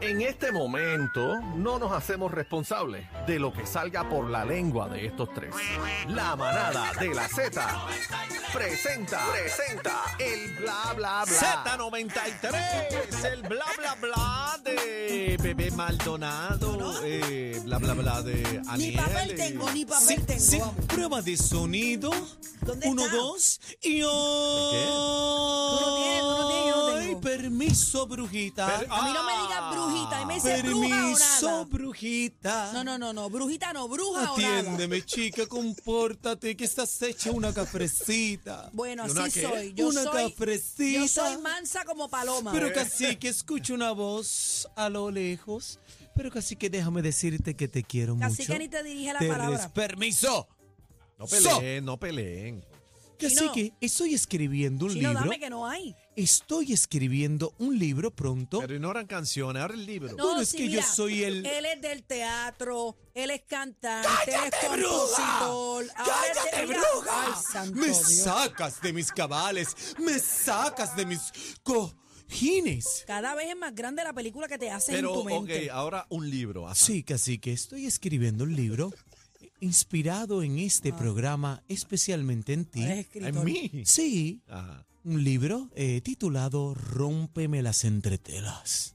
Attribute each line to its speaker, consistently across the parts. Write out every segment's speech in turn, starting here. Speaker 1: En este momento no nos hacemos responsables de lo que salga por la lengua de estos tres. La manada de la Z presenta, presenta el bla bla bla.
Speaker 2: Z93, el bla bla bla de Bebé Maldonado, eh, bla bla bla de Aniel.
Speaker 3: Ni papel
Speaker 2: eh.
Speaker 3: tengo, ni papel
Speaker 2: Sí,
Speaker 3: tengo,
Speaker 2: sí,
Speaker 3: vamos.
Speaker 2: prueba de sonido.
Speaker 3: ¿Dónde
Speaker 2: Uno,
Speaker 3: está?
Speaker 2: dos y hoy.
Speaker 3: no tienes, tú no tienes, yo no tengo.
Speaker 2: Permiso, brujita.
Speaker 3: A mí no me digas brujita, a mí me
Speaker 2: Ah,
Speaker 3: dice bruja o
Speaker 2: Permiso,
Speaker 3: nada.
Speaker 2: brujita.
Speaker 3: No, no, no, no, brujita no, bruja o nada.
Speaker 2: Atiéndeme, chica, compórtate, que estás hecha una cafrecita.
Speaker 3: Bueno,
Speaker 2: ¿Y una
Speaker 3: así
Speaker 2: qué?
Speaker 3: soy. Yo
Speaker 2: una
Speaker 3: soy,
Speaker 2: cafrecita.
Speaker 3: yo soy mansa como paloma.
Speaker 2: Pero casi que escucho una voz a lo lejos. Pero casi que déjame decirte que te quiero mucho.
Speaker 3: Cacique ni te dirige la
Speaker 2: Te
Speaker 3: palabra.
Speaker 2: res- Permiso.
Speaker 1: No peleen, no peleen.
Speaker 2: Casi que estoy escribiendo un
Speaker 3: Chino,
Speaker 2: libro.
Speaker 3: dame que no hay.
Speaker 2: Estoy escribiendo un libro pronto.
Speaker 1: Pero ignoran canciones, ahora el libro.
Speaker 3: No,
Speaker 2: Bueno, es
Speaker 3: sí,
Speaker 2: que yo
Speaker 3: mira,
Speaker 2: soy el-
Speaker 3: Él es del teatro, él es cantante,
Speaker 2: ¡Cállate,
Speaker 3: él es compositor.
Speaker 2: bruja!
Speaker 3: ahora es de-
Speaker 2: ¡Cállate,
Speaker 3: mira,
Speaker 2: bruja!
Speaker 3: Ay, santo
Speaker 2: me
Speaker 3: Dios.
Speaker 2: sacas de mis cabales. Me sacas de mis cojines.
Speaker 3: Cada vez es más grande la película que te haces
Speaker 1: Pero,
Speaker 3: en tu
Speaker 1: ok,
Speaker 3: mente.
Speaker 1: ahora un libro. Ajá.
Speaker 2: Sí, casi que estoy escribiendo un libro inspirado en este programa, especialmente en ti.
Speaker 3: Ahora Ah. es escritor.
Speaker 1: En mí.
Speaker 2: Sí,
Speaker 1: Ajá.
Speaker 2: un libro eh, titulado Rómpeme las entretelas.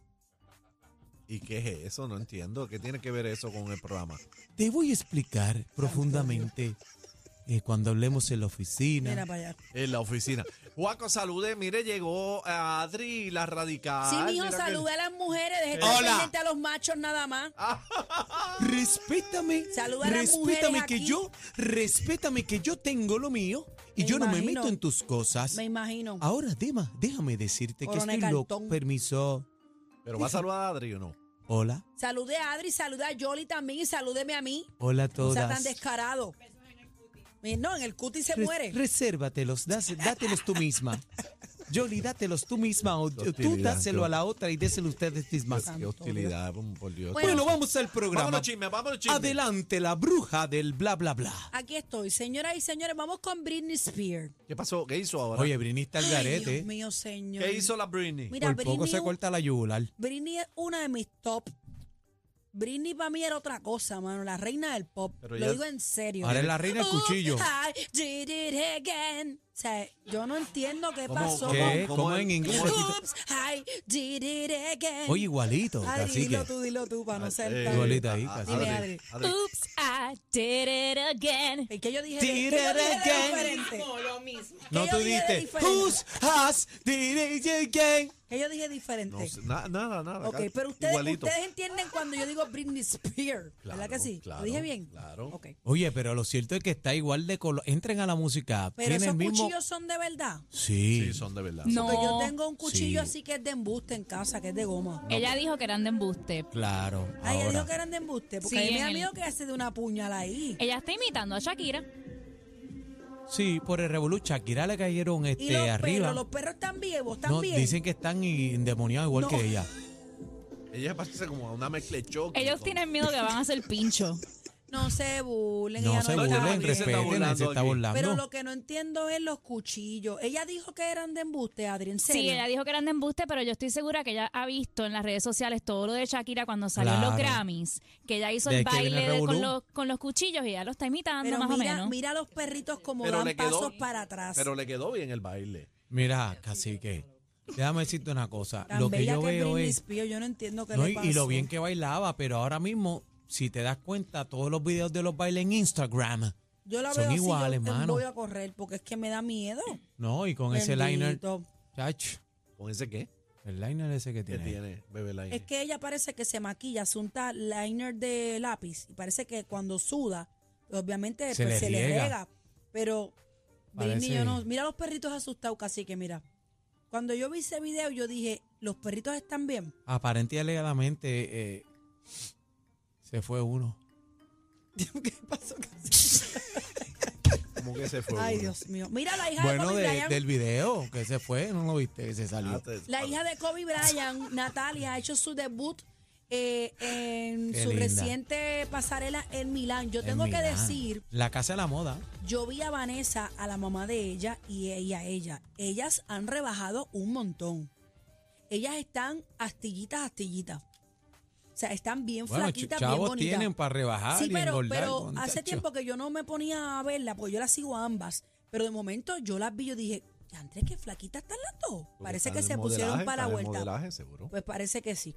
Speaker 1: ¿Y qué es eso? No entiendo. ¿Qué tiene que ver eso con el programa?
Speaker 2: Te voy a explicar profundamente eh, cuando hablemos en la
Speaker 3: Mira
Speaker 2: oficina.
Speaker 3: para allá.
Speaker 1: En la oficina. Juaco, salude. Mire, llegó Adri, la radical.
Speaker 3: Sí, mijo,
Speaker 1: Mira que-
Speaker 3: saluda a las mujeres, deje
Speaker 2: Ah, Hola. Ah.
Speaker 3: estar pendiente a los machos nada más.
Speaker 2: Respétame,
Speaker 3: Saluda a las
Speaker 2: respétame
Speaker 3: mujeres
Speaker 2: que
Speaker 3: aquí.
Speaker 2: yo, respétame que yo tengo lo mío y
Speaker 3: Me
Speaker 2: yo no me
Speaker 3: imagino.
Speaker 2: meto en tus cosas.
Speaker 3: Me imagino.
Speaker 2: Ahora, Dema, déjame decirte que
Speaker 3: Corona
Speaker 2: estoy
Speaker 3: de
Speaker 2: loco.
Speaker 3: cartón.
Speaker 2: Permiso.
Speaker 1: Pero va a saludar a Adri o no.
Speaker 2: Hola,
Speaker 3: Saludé a Adri, saludé a Yoli también y salúdeme a mí.
Speaker 2: hola a
Speaker 3: O sea, tan
Speaker 2: todas.
Speaker 3: descarado. Eh, No, en el cuti se
Speaker 2: Res-
Speaker 3: muere.
Speaker 2: Resérvatelos, das- dátelos tú misma. Jolie, dátelos tú misma o tú
Speaker 1: hostilidad,
Speaker 2: dáselo
Speaker 1: yo-
Speaker 2: a la otra y déselo ustedes mismas.
Speaker 1: Qué hostilidad, por Dios.
Speaker 3: Bueno,
Speaker 2: Bueno, vamos al programa.
Speaker 1: Vámonos, chisme, vámonos, chisme.
Speaker 2: Adelante, la bruja del bla, bla, bla.
Speaker 3: Aquí estoy, señoras y señores, vamos con Britney Spears.
Speaker 1: ¿Qué pasó? ¿Qué hizo ahora?
Speaker 2: Oye, Brini está al
Speaker 3: Ay, Dios
Speaker 2: garete. ¿eh?
Speaker 3: mío, señor.
Speaker 1: ¿Qué hizo la Britney?
Speaker 3: Mira,
Speaker 2: Por poco
Speaker 3: Britney,
Speaker 2: se corta la yugular.
Speaker 3: Britney es una de mis top. Britney para mí era otra cosa, mano, la reina del pop.
Speaker 1: Pero
Speaker 3: Lo
Speaker 1: ya-
Speaker 3: digo en serio.
Speaker 2: Ahora es la reina del
Speaker 3: Oops,
Speaker 2: cuchillo.
Speaker 3: I did it again. O sea, yo no entiendo qué
Speaker 1: ¿Cómo-
Speaker 3: pasó.
Speaker 2: ¿Qué?
Speaker 1: ¿Cómo-
Speaker 2: ¿Cómo en
Speaker 1: cómo-
Speaker 2: inglés?
Speaker 3: Oops, I did it again.
Speaker 2: Oye, igualito,
Speaker 3: Adri,
Speaker 2: así
Speaker 3: dilo
Speaker 2: que.
Speaker 3: tú, dilo tú, para no ser
Speaker 1: Eh,
Speaker 3: tan-
Speaker 2: Igualita ahí,
Speaker 1: a- a-
Speaker 3: Dime, Adri.
Speaker 1: Adri.
Speaker 4: Oops, I did it again.
Speaker 3: ¿Y qué yo dije?
Speaker 2: Did
Speaker 3: ¿Qué yo
Speaker 2: it
Speaker 3: dije de
Speaker 2: again.
Speaker 3: diferente?
Speaker 2: No
Speaker 3: yo
Speaker 2: tú
Speaker 3: dije
Speaker 2: diste.
Speaker 3: diferente?
Speaker 2: Who's has did it again?
Speaker 3: ¿Qué yo dije diferente?
Speaker 1: No sé, na- nada, nada.
Speaker 3: ok,
Speaker 1: casi
Speaker 3: pero ustedes,
Speaker 1: igualito.
Speaker 3: ustedes entienden cuando yo digo Britney Spears, ¿verdad
Speaker 1: Claro,
Speaker 3: que sí?
Speaker 1: claro,
Speaker 3: ¿Lo dije bien?
Speaker 1: claro.
Speaker 3: Ok.
Speaker 2: Oye, pero lo cierto es que está igual de color. Entren a la música.
Speaker 3: Pero
Speaker 2: tiene
Speaker 3: esos
Speaker 2: el mismo.
Speaker 3: cuchillos son de verdad.
Speaker 2: Sí.
Speaker 1: Sí, son de verdad.
Speaker 4: No.
Speaker 3: Porque yo tengo un cuchillo
Speaker 2: Sí.
Speaker 3: así que es de embuste en casa, que es de goma.
Speaker 4: Ella dijo que eran de embuste.
Speaker 2: Claro.
Speaker 3: Ay, él dijo
Speaker 2: Ahora.
Speaker 3: que eran de embuste, porque
Speaker 4: Sí,
Speaker 3: a mí me
Speaker 4: en
Speaker 3: da
Speaker 4: el-
Speaker 3: miedo que hace de una puñal ahí.
Speaker 4: Ella está imitando a Shakira.
Speaker 2: Sí, por el Revolu Shakira le cayeron
Speaker 3: Y
Speaker 2: este
Speaker 3: los
Speaker 2: arriba.
Speaker 3: perros, los perros están vivos, están
Speaker 2: no,
Speaker 3: bien.
Speaker 2: dicen que están endemoniados igual
Speaker 3: No.
Speaker 2: que ella.
Speaker 1: Ella parece como una mezcla de choque.
Speaker 4: Ellos
Speaker 1: Con-
Speaker 4: tienen miedo que van a ser pincho.
Speaker 3: No se burlen.
Speaker 2: No
Speaker 3: ella
Speaker 2: se
Speaker 1: no-
Speaker 2: burlen,
Speaker 1: nadie se está
Speaker 2: respeten, nadie se
Speaker 1: burlando
Speaker 2: está
Speaker 1: aquí.
Speaker 2: burlando.
Speaker 3: Pero lo que no entiendo es los cuchillos. Ella dijo que eran de embuste, Adri, en serio.
Speaker 4: Sí, ella dijo que eran de embuste, pero yo estoy segura que ella ha visto en las redes sociales todo lo de Shakira cuando salió en los
Speaker 2: Claro.
Speaker 4: Grammys, que ella hizo
Speaker 2: De
Speaker 4: el
Speaker 2: que viene
Speaker 4: baile
Speaker 2: el
Speaker 4: de-
Speaker 2: revolú.
Speaker 4: con, los, con los cuchillos y ella lo está imitando
Speaker 3: Pero
Speaker 4: más
Speaker 3: mira,
Speaker 4: o menos.
Speaker 3: mira a los perritos como
Speaker 1: Pero
Speaker 3: dan
Speaker 1: le quedó-
Speaker 3: pasos para atrás.
Speaker 1: Pero le quedó bien el baile.
Speaker 2: Mira, cacique. Déjame decirte una cosa.
Speaker 3: Tan
Speaker 2: lo que
Speaker 3: bella
Speaker 2: yo
Speaker 3: es
Speaker 2: veo
Speaker 3: Britney
Speaker 2: es.
Speaker 3: Spears, yo no entiendo qué
Speaker 2: No,
Speaker 3: le
Speaker 2: y,
Speaker 3: pasó.
Speaker 2: y lo bien que bailaba, pero ahora mismo, si te das cuenta, todos los videos de los bailes en Instagram
Speaker 3: yo la
Speaker 2: son
Speaker 3: veo así,
Speaker 2: iguales,
Speaker 3: yo te
Speaker 2: mano.
Speaker 3: voy a correr porque es que me da miedo.
Speaker 2: No, y con ese liner.
Speaker 3: Bendito.
Speaker 2: Chacho,
Speaker 1: ¿Con ese qué?
Speaker 2: el liner ese que
Speaker 1: ¿Qué
Speaker 2: tiene.
Speaker 1: tiene, bebé la
Speaker 3: Es que ella parece que se maquilla, asunta liner de lápiz. Y parece que cuando suda, obviamente
Speaker 2: Se
Speaker 3: pues,
Speaker 2: le
Speaker 3: se le
Speaker 2: riega.
Speaker 3: rega. Pero, Britney,
Speaker 2: Parece-
Speaker 3: yo no. Mira los perritos asustados, casi que mira. Cuando yo vi ese video, yo dije, los perritos están bien.
Speaker 2: Aparente y alegadamente eh, se fue uno.
Speaker 3: ¿Qué pasó?
Speaker 5: Como que se fue.
Speaker 3: Ay,
Speaker 5: uno.
Speaker 3: Dios mío. Mira la hija de
Speaker 2: Bueno,
Speaker 3: Kobe
Speaker 2: de-
Speaker 3: Bryant.
Speaker 2: del video que se fue, no lo viste, que se
Speaker 5: Ah,
Speaker 2: salió.
Speaker 5: te-
Speaker 3: La hija de Kobe Bryant, Natalia, ha hecho su debut eh, en
Speaker 2: Qué
Speaker 3: su
Speaker 2: linda.
Speaker 3: reciente pasarela en Milán. Yo
Speaker 2: En
Speaker 3: tengo que
Speaker 2: Milán.
Speaker 3: decir,
Speaker 2: Eh, La casa de la moda.
Speaker 3: yo vi a Vanessa, a la mamá de ella y ella a ella. Ellas han rebajado un montón. Ellas están astillitas, astillitas. O sea, están bien
Speaker 2: Bueno, ch-
Speaker 3: flaquitas, bien
Speaker 2: chavos
Speaker 3: bonitas.
Speaker 2: tienen para rebajar
Speaker 3: Sí,
Speaker 2: y
Speaker 3: pero,
Speaker 2: engordar.
Speaker 3: pero
Speaker 2: muchacho.
Speaker 3: hace tiempo que yo no me ponía a verla, porque yo las sigo a ambas. Pero de momento yo las vi, yo dije, Andrés, qué flaquitas están las dos.
Speaker 5: porque
Speaker 3: Parece
Speaker 5: está
Speaker 3: que
Speaker 5: de
Speaker 3: se
Speaker 5: modelaje,
Speaker 3: pusieron para
Speaker 5: está
Speaker 3: la
Speaker 5: de
Speaker 3: vuelta.
Speaker 5: modelaje, seguro.
Speaker 3: Pues parece que sí.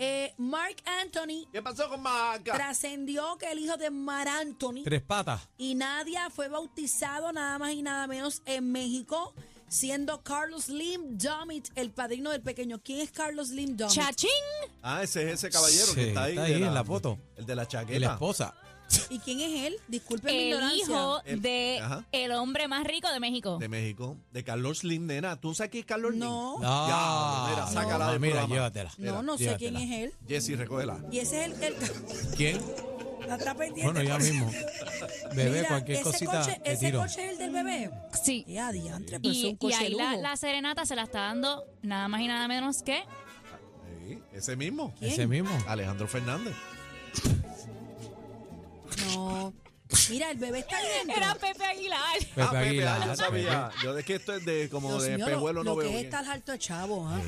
Speaker 3: Eh, Mark Anthony
Speaker 5: ¿Qué pasó con Maca?
Speaker 3: trascendió que el hijo de Mark Anthony
Speaker 2: Tres patas.
Speaker 3: y Nadia fue bautizado nada más y nada menos en México, siendo Carlos Lim Domit el padrino del pequeño. ¿Quién es Carlos Lim Domit?
Speaker 4: ¡Chachín!
Speaker 5: Ah, ese es ese caballero
Speaker 2: Sí,
Speaker 5: que está ahí.
Speaker 2: está
Speaker 5: de
Speaker 2: ahí en la foto.
Speaker 5: El de la chaqueta.
Speaker 2: Y la esposa.
Speaker 3: ¿Y quién es él? Disculpen mi
Speaker 4: El
Speaker 3: ignorancia.
Speaker 4: hijo
Speaker 5: El-
Speaker 4: de
Speaker 5: ajá.
Speaker 4: el hombre más rico de México.
Speaker 5: De México. De Carlos Slim, nena. ¿Tú sabes quién es Carlos Slim?
Speaker 3: No,
Speaker 2: No,
Speaker 3: no,
Speaker 5: Ya, mira,
Speaker 2: Ah, no,
Speaker 5: sácala
Speaker 2: no,
Speaker 5: del
Speaker 2: Mira,
Speaker 5: programa.
Speaker 2: llévatela.
Speaker 3: no, sé quién es él.
Speaker 5: Jessy, recógela.
Speaker 3: Y ese es el, el-
Speaker 2: ¿Quién?
Speaker 3: la está pendiente.
Speaker 2: Bueno, ya mismo. Bebé,
Speaker 3: Mira,
Speaker 2: cualquier
Speaker 3: ese
Speaker 2: cosita
Speaker 3: Coche,
Speaker 2: te
Speaker 3: ese
Speaker 2: tiro.
Speaker 3: coche es el del bebé.
Speaker 4: Sí.
Speaker 3: Y adiantre, pero es un
Speaker 4: Y, y
Speaker 3: coche
Speaker 4: ahí la,
Speaker 3: lujo.
Speaker 4: la serenata se la está dando nada más y nada menos que
Speaker 5: Sí, ese mismo.
Speaker 3: ¿Quién? Ah.
Speaker 2: Ese mismo.
Speaker 5: Alejandro Fernández.
Speaker 3: No. Mira, el bebé está ahí dentro.
Speaker 4: era Pepe Aguilar.
Speaker 2: Pepe
Speaker 5: ah, Pepe,
Speaker 2: Aguilar,
Speaker 5: ah, yo sabía.
Speaker 2: Pepe.
Speaker 5: Yo de que esto es de como
Speaker 3: Dios
Speaker 5: de
Speaker 3: mío,
Speaker 5: pejuelo
Speaker 3: lo,
Speaker 5: no
Speaker 3: lo
Speaker 5: veo.
Speaker 3: que es
Speaker 5: bien.
Speaker 3: estar alto de chavo, ¿ah?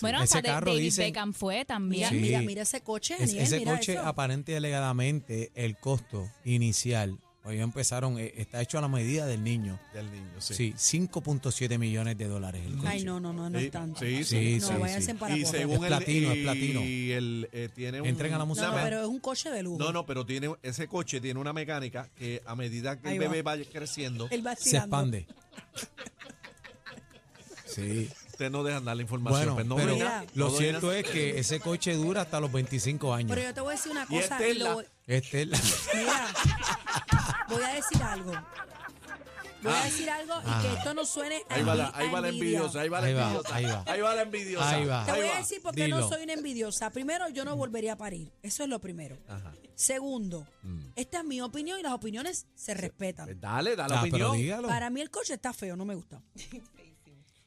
Speaker 4: Bueno,
Speaker 2: Ese
Speaker 4: hasta de-
Speaker 2: carro
Speaker 4: David
Speaker 2: dicen-
Speaker 4: Beckham fue también.
Speaker 3: Mira,
Speaker 2: Sí.
Speaker 3: mira, mira ese coche,
Speaker 2: Es-
Speaker 3: Daniel,
Speaker 2: ese
Speaker 3: mira
Speaker 2: coche,
Speaker 3: eso.
Speaker 2: aparente y alegadamente, el costo inicial, pues ellos empezaron, eh, está hecho a la medida del niño.
Speaker 5: Del niño, sí.
Speaker 2: Sí, 5.7 millones de dólares el coche.
Speaker 3: Ay, no, no, no, no
Speaker 5: Sí,
Speaker 3: es tanto.
Speaker 5: sí,
Speaker 2: sí,
Speaker 3: no,
Speaker 2: sí,
Speaker 3: váyanse
Speaker 2: sí.
Speaker 3: para
Speaker 5: y
Speaker 3: porra.
Speaker 5: según
Speaker 2: Es
Speaker 5: el
Speaker 2: platino, es
Speaker 5: y
Speaker 2: platino.
Speaker 5: el, eh, tiene un,
Speaker 2: Entren a la música.
Speaker 3: No,
Speaker 5: una
Speaker 3: no,
Speaker 5: me-
Speaker 3: pero es un coche de lujo.
Speaker 5: no, no, pero tiene ese coche tiene una mecánica que a medida que
Speaker 3: Ahí
Speaker 5: el
Speaker 3: va.
Speaker 5: bebé vaya creciendo,
Speaker 3: Él va
Speaker 2: Se
Speaker 3: tirando.
Speaker 2: expande. Sí.
Speaker 5: usted no deja dar la
Speaker 2: Bueno,
Speaker 5: información. pues no
Speaker 2: pero
Speaker 5: venga,
Speaker 3: Mira.
Speaker 2: lo
Speaker 5: no doy
Speaker 2: cierto
Speaker 5: nada.
Speaker 2: es que ese coche dura hasta los 25 años.
Speaker 3: Pero yo te voy a decir una
Speaker 5: Y
Speaker 3: cosa.
Speaker 5: esta es
Speaker 3: lo
Speaker 5: la-
Speaker 3: voy-
Speaker 2: Este es la-
Speaker 3: Mira, voy a decir algo. Voy a decir algo y
Speaker 2: Ah.
Speaker 3: que esto no suene a
Speaker 5: Ah. Ahí va
Speaker 3: envi-
Speaker 5: la,
Speaker 3: a
Speaker 5: ahí va la
Speaker 3: envidia.
Speaker 5: envidiosa, ahí va la
Speaker 2: Ahí va,
Speaker 5: envidiosa.
Speaker 2: ahí va.
Speaker 5: la envidiosa.
Speaker 2: Ahí va.
Speaker 3: Te voy a
Speaker 5: va.
Speaker 3: decir por qué
Speaker 2: Dilo. Mm.
Speaker 3: no soy una envidiosa. Primero, yo no volvería a parir. Eso es lo primero.
Speaker 5: Ajá.
Speaker 3: Segundo,
Speaker 2: Mm.
Speaker 3: esta es mi opinión y las opiniones se
Speaker 5: Pues
Speaker 3: respetan.
Speaker 5: dale, da
Speaker 2: Ah,
Speaker 5: la
Speaker 2: pero
Speaker 5: opinión.
Speaker 2: dígalo.
Speaker 3: Para mí el coche está feo, no me gusta.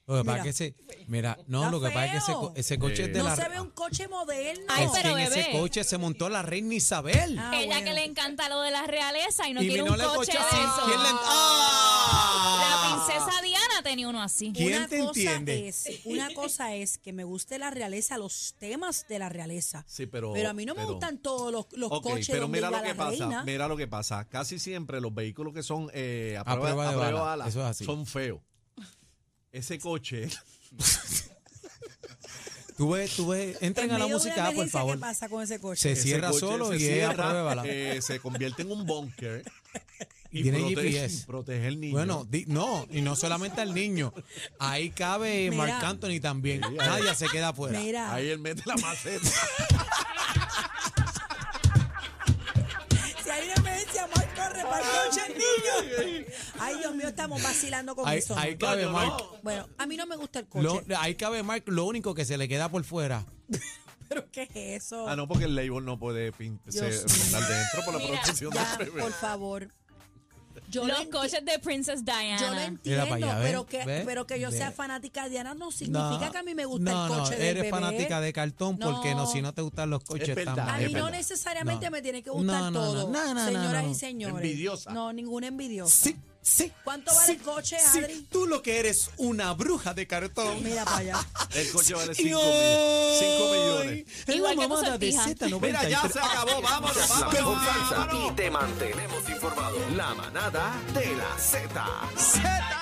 Speaker 2: Lo que pasa
Speaker 3: Mira.
Speaker 2: es que ese, mira, no,
Speaker 3: Está
Speaker 2: lo que pasa es que ese,
Speaker 3: feo.
Speaker 2: co- ese coche es de la
Speaker 3: No se ve un coche moderno.
Speaker 4: Ay,
Speaker 2: es
Speaker 4: pero
Speaker 2: que en ese
Speaker 4: bebé.
Speaker 2: coche se montó la reina Isabel.
Speaker 3: Ah,
Speaker 4: Ella
Speaker 3: bueno.
Speaker 4: que le encanta lo de la realeza y no
Speaker 2: y
Speaker 4: quiere
Speaker 2: mi no
Speaker 4: un
Speaker 2: le
Speaker 4: coche de
Speaker 2: coche-
Speaker 4: eso.
Speaker 2: ¿Quién le-
Speaker 4: La
Speaker 2: ¡Ah!
Speaker 4: princesa Diana tenía uno así.
Speaker 2: ¿Quién
Speaker 3: una
Speaker 2: te
Speaker 3: cosa
Speaker 2: entiende?
Speaker 3: Es, una cosa es que me guste la realeza, los temas de la realeza.
Speaker 5: Sí,
Speaker 2: Oh,
Speaker 5: pero-
Speaker 3: a mí no me
Speaker 5: pero-
Speaker 3: gustan todos los, los
Speaker 5: Ok,
Speaker 3: coches
Speaker 5: pero
Speaker 3: donde
Speaker 5: mira
Speaker 3: iba
Speaker 5: lo que
Speaker 3: la
Speaker 5: pasa,
Speaker 3: reina.
Speaker 5: mira lo que pasa. Casi siempre los vehículos que son eh, a,
Speaker 2: A
Speaker 5: prueba,
Speaker 2: prueba de
Speaker 5: a prueba
Speaker 2: bala,
Speaker 5: de bala
Speaker 2: eso es así.
Speaker 5: son feos. Ese coche,
Speaker 2: Tú ves, tú ves, entren
Speaker 3: En
Speaker 2: a la
Speaker 3: medio de una
Speaker 2: música, por
Speaker 3: emergencia,
Speaker 2: favor.
Speaker 3: ¿Qué pasa con ese coche?
Speaker 2: Se
Speaker 5: ese
Speaker 2: cierra
Speaker 5: coche
Speaker 2: solo
Speaker 5: se
Speaker 2: y es a
Speaker 5: cierra,
Speaker 2: prueba de bala.
Speaker 5: eh, se convierte en un búnker
Speaker 2: Y tiene
Speaker 5: protege,
Speaker 2: GPS.
Speaker 5: protege el niño.
Speaker 2: Bueno, di- no, y no solamente al niño. Ahí cabe
Speaker 3: Mira.
Speaker 2: Marc Anthony también. Nadie se queda afuera.
Speaker 3: Mira,
Speaker 5: ahí él mete la maceta.
Speaker 3: si hay una emergencia, Mark corre para
Speaker 2: Ah.
Speaker 3: el coche el niño. Ay, Dios mío, estamos vacilando con
Speaker 2: Ahí,
Speaker 3: eso.
Speaker 2: ahí cabe
Speaker 5: no.
Speaker 2: Marc.
Speaker 3: Bueno, a mí no me gusta el coche.
Speaker 2: Lo- ahí cabe Marc, lo único que se le queda por fuera.
Speaker 3: ¿Pero qué es eso?
Speaker 5: ah, no, porque el label no puede pin- se-
Speaker 3: Dios mío.
Speaker 5: pintar dentro por la
Speaker 4: Mira,
Speaker 5: protección
Speaker 3: Ya,
Speaker 5: del bebé.
Speaker 3: por favor. Yo lo
Speaker 4: Los
Speaker 3: enti-
Speaker 4: coches de Princess Diana.
Speaker 3: Yo lo
Speaker 2: Mira
Speaker 3: entiendo,
Speaker 2: para allá, ¿ves?
Speaker 3: pero, que,
Speaker 2: ¿Ves?
Speaker 3: pero que yo sea
Speaker 2: Ve.
Speaker 3: fanática de Diana no significa que a mí me gusta
Speaker 2: no,
Speaker 3: el coche
Speaker 2: no,
Speaker 3: del
Speaker 2: eres
Speaker 3: bebé.
Speaker 2: fanática de cartón porque no,
Speaker 3: No.
Speaker 2: si no te gustan los coches
Speaker 5: Es verdad,
Speaker 2: tan
Speaker 3: A
Speaker 5: Es
Speaker 3: mí no
Speaker 5: verdad.
Speaker 3: necesariamente
Speaker 2: Ah, No.
Speaker 3: me tiene que gustar
Speaker 2: No, no, no.
Speaker 3: todo,
Speaker 2: No, no, no,
Speaker 3: señoras
Speaker 2: no.
Speaker 3: y señores.
Speaker 5: Envidiosa.
Speaker 3: No, ninguna envidiosa.
Speaker 2: Sí, sí.
Speaker 3: ¿Cuánto vale
Speaker 2: sí,
Speaker 3: el coche,
Speaker 2: sí.
Speaker 3: Adri?
Speaker 2: Tú lo que eres una bruja de cartón.
Speaker 3: Mira para allá.
Speaker 5: El coche vale
Speaker 2: Y
Speaker 5: 5
Speaker 2: hoy-
Speaker 5: millones.
Speaker 2: Es
Speaker 4: Igual
Speaker 2: la
Speaker 4: que tu
Speaker 2: mamada de
Speaker 4: sortija.
Speaker 2: Z93.
Speaker 5: Mira, ya se acabó, vámonos,
Speaker 1: La
Speaker 5: vámonos.
Speaker 1: mejor salsa
Speaker 5: vámonos.
Speaker 1: y te mantenemos informado. La manada de la Z.
Speaker 5: Z.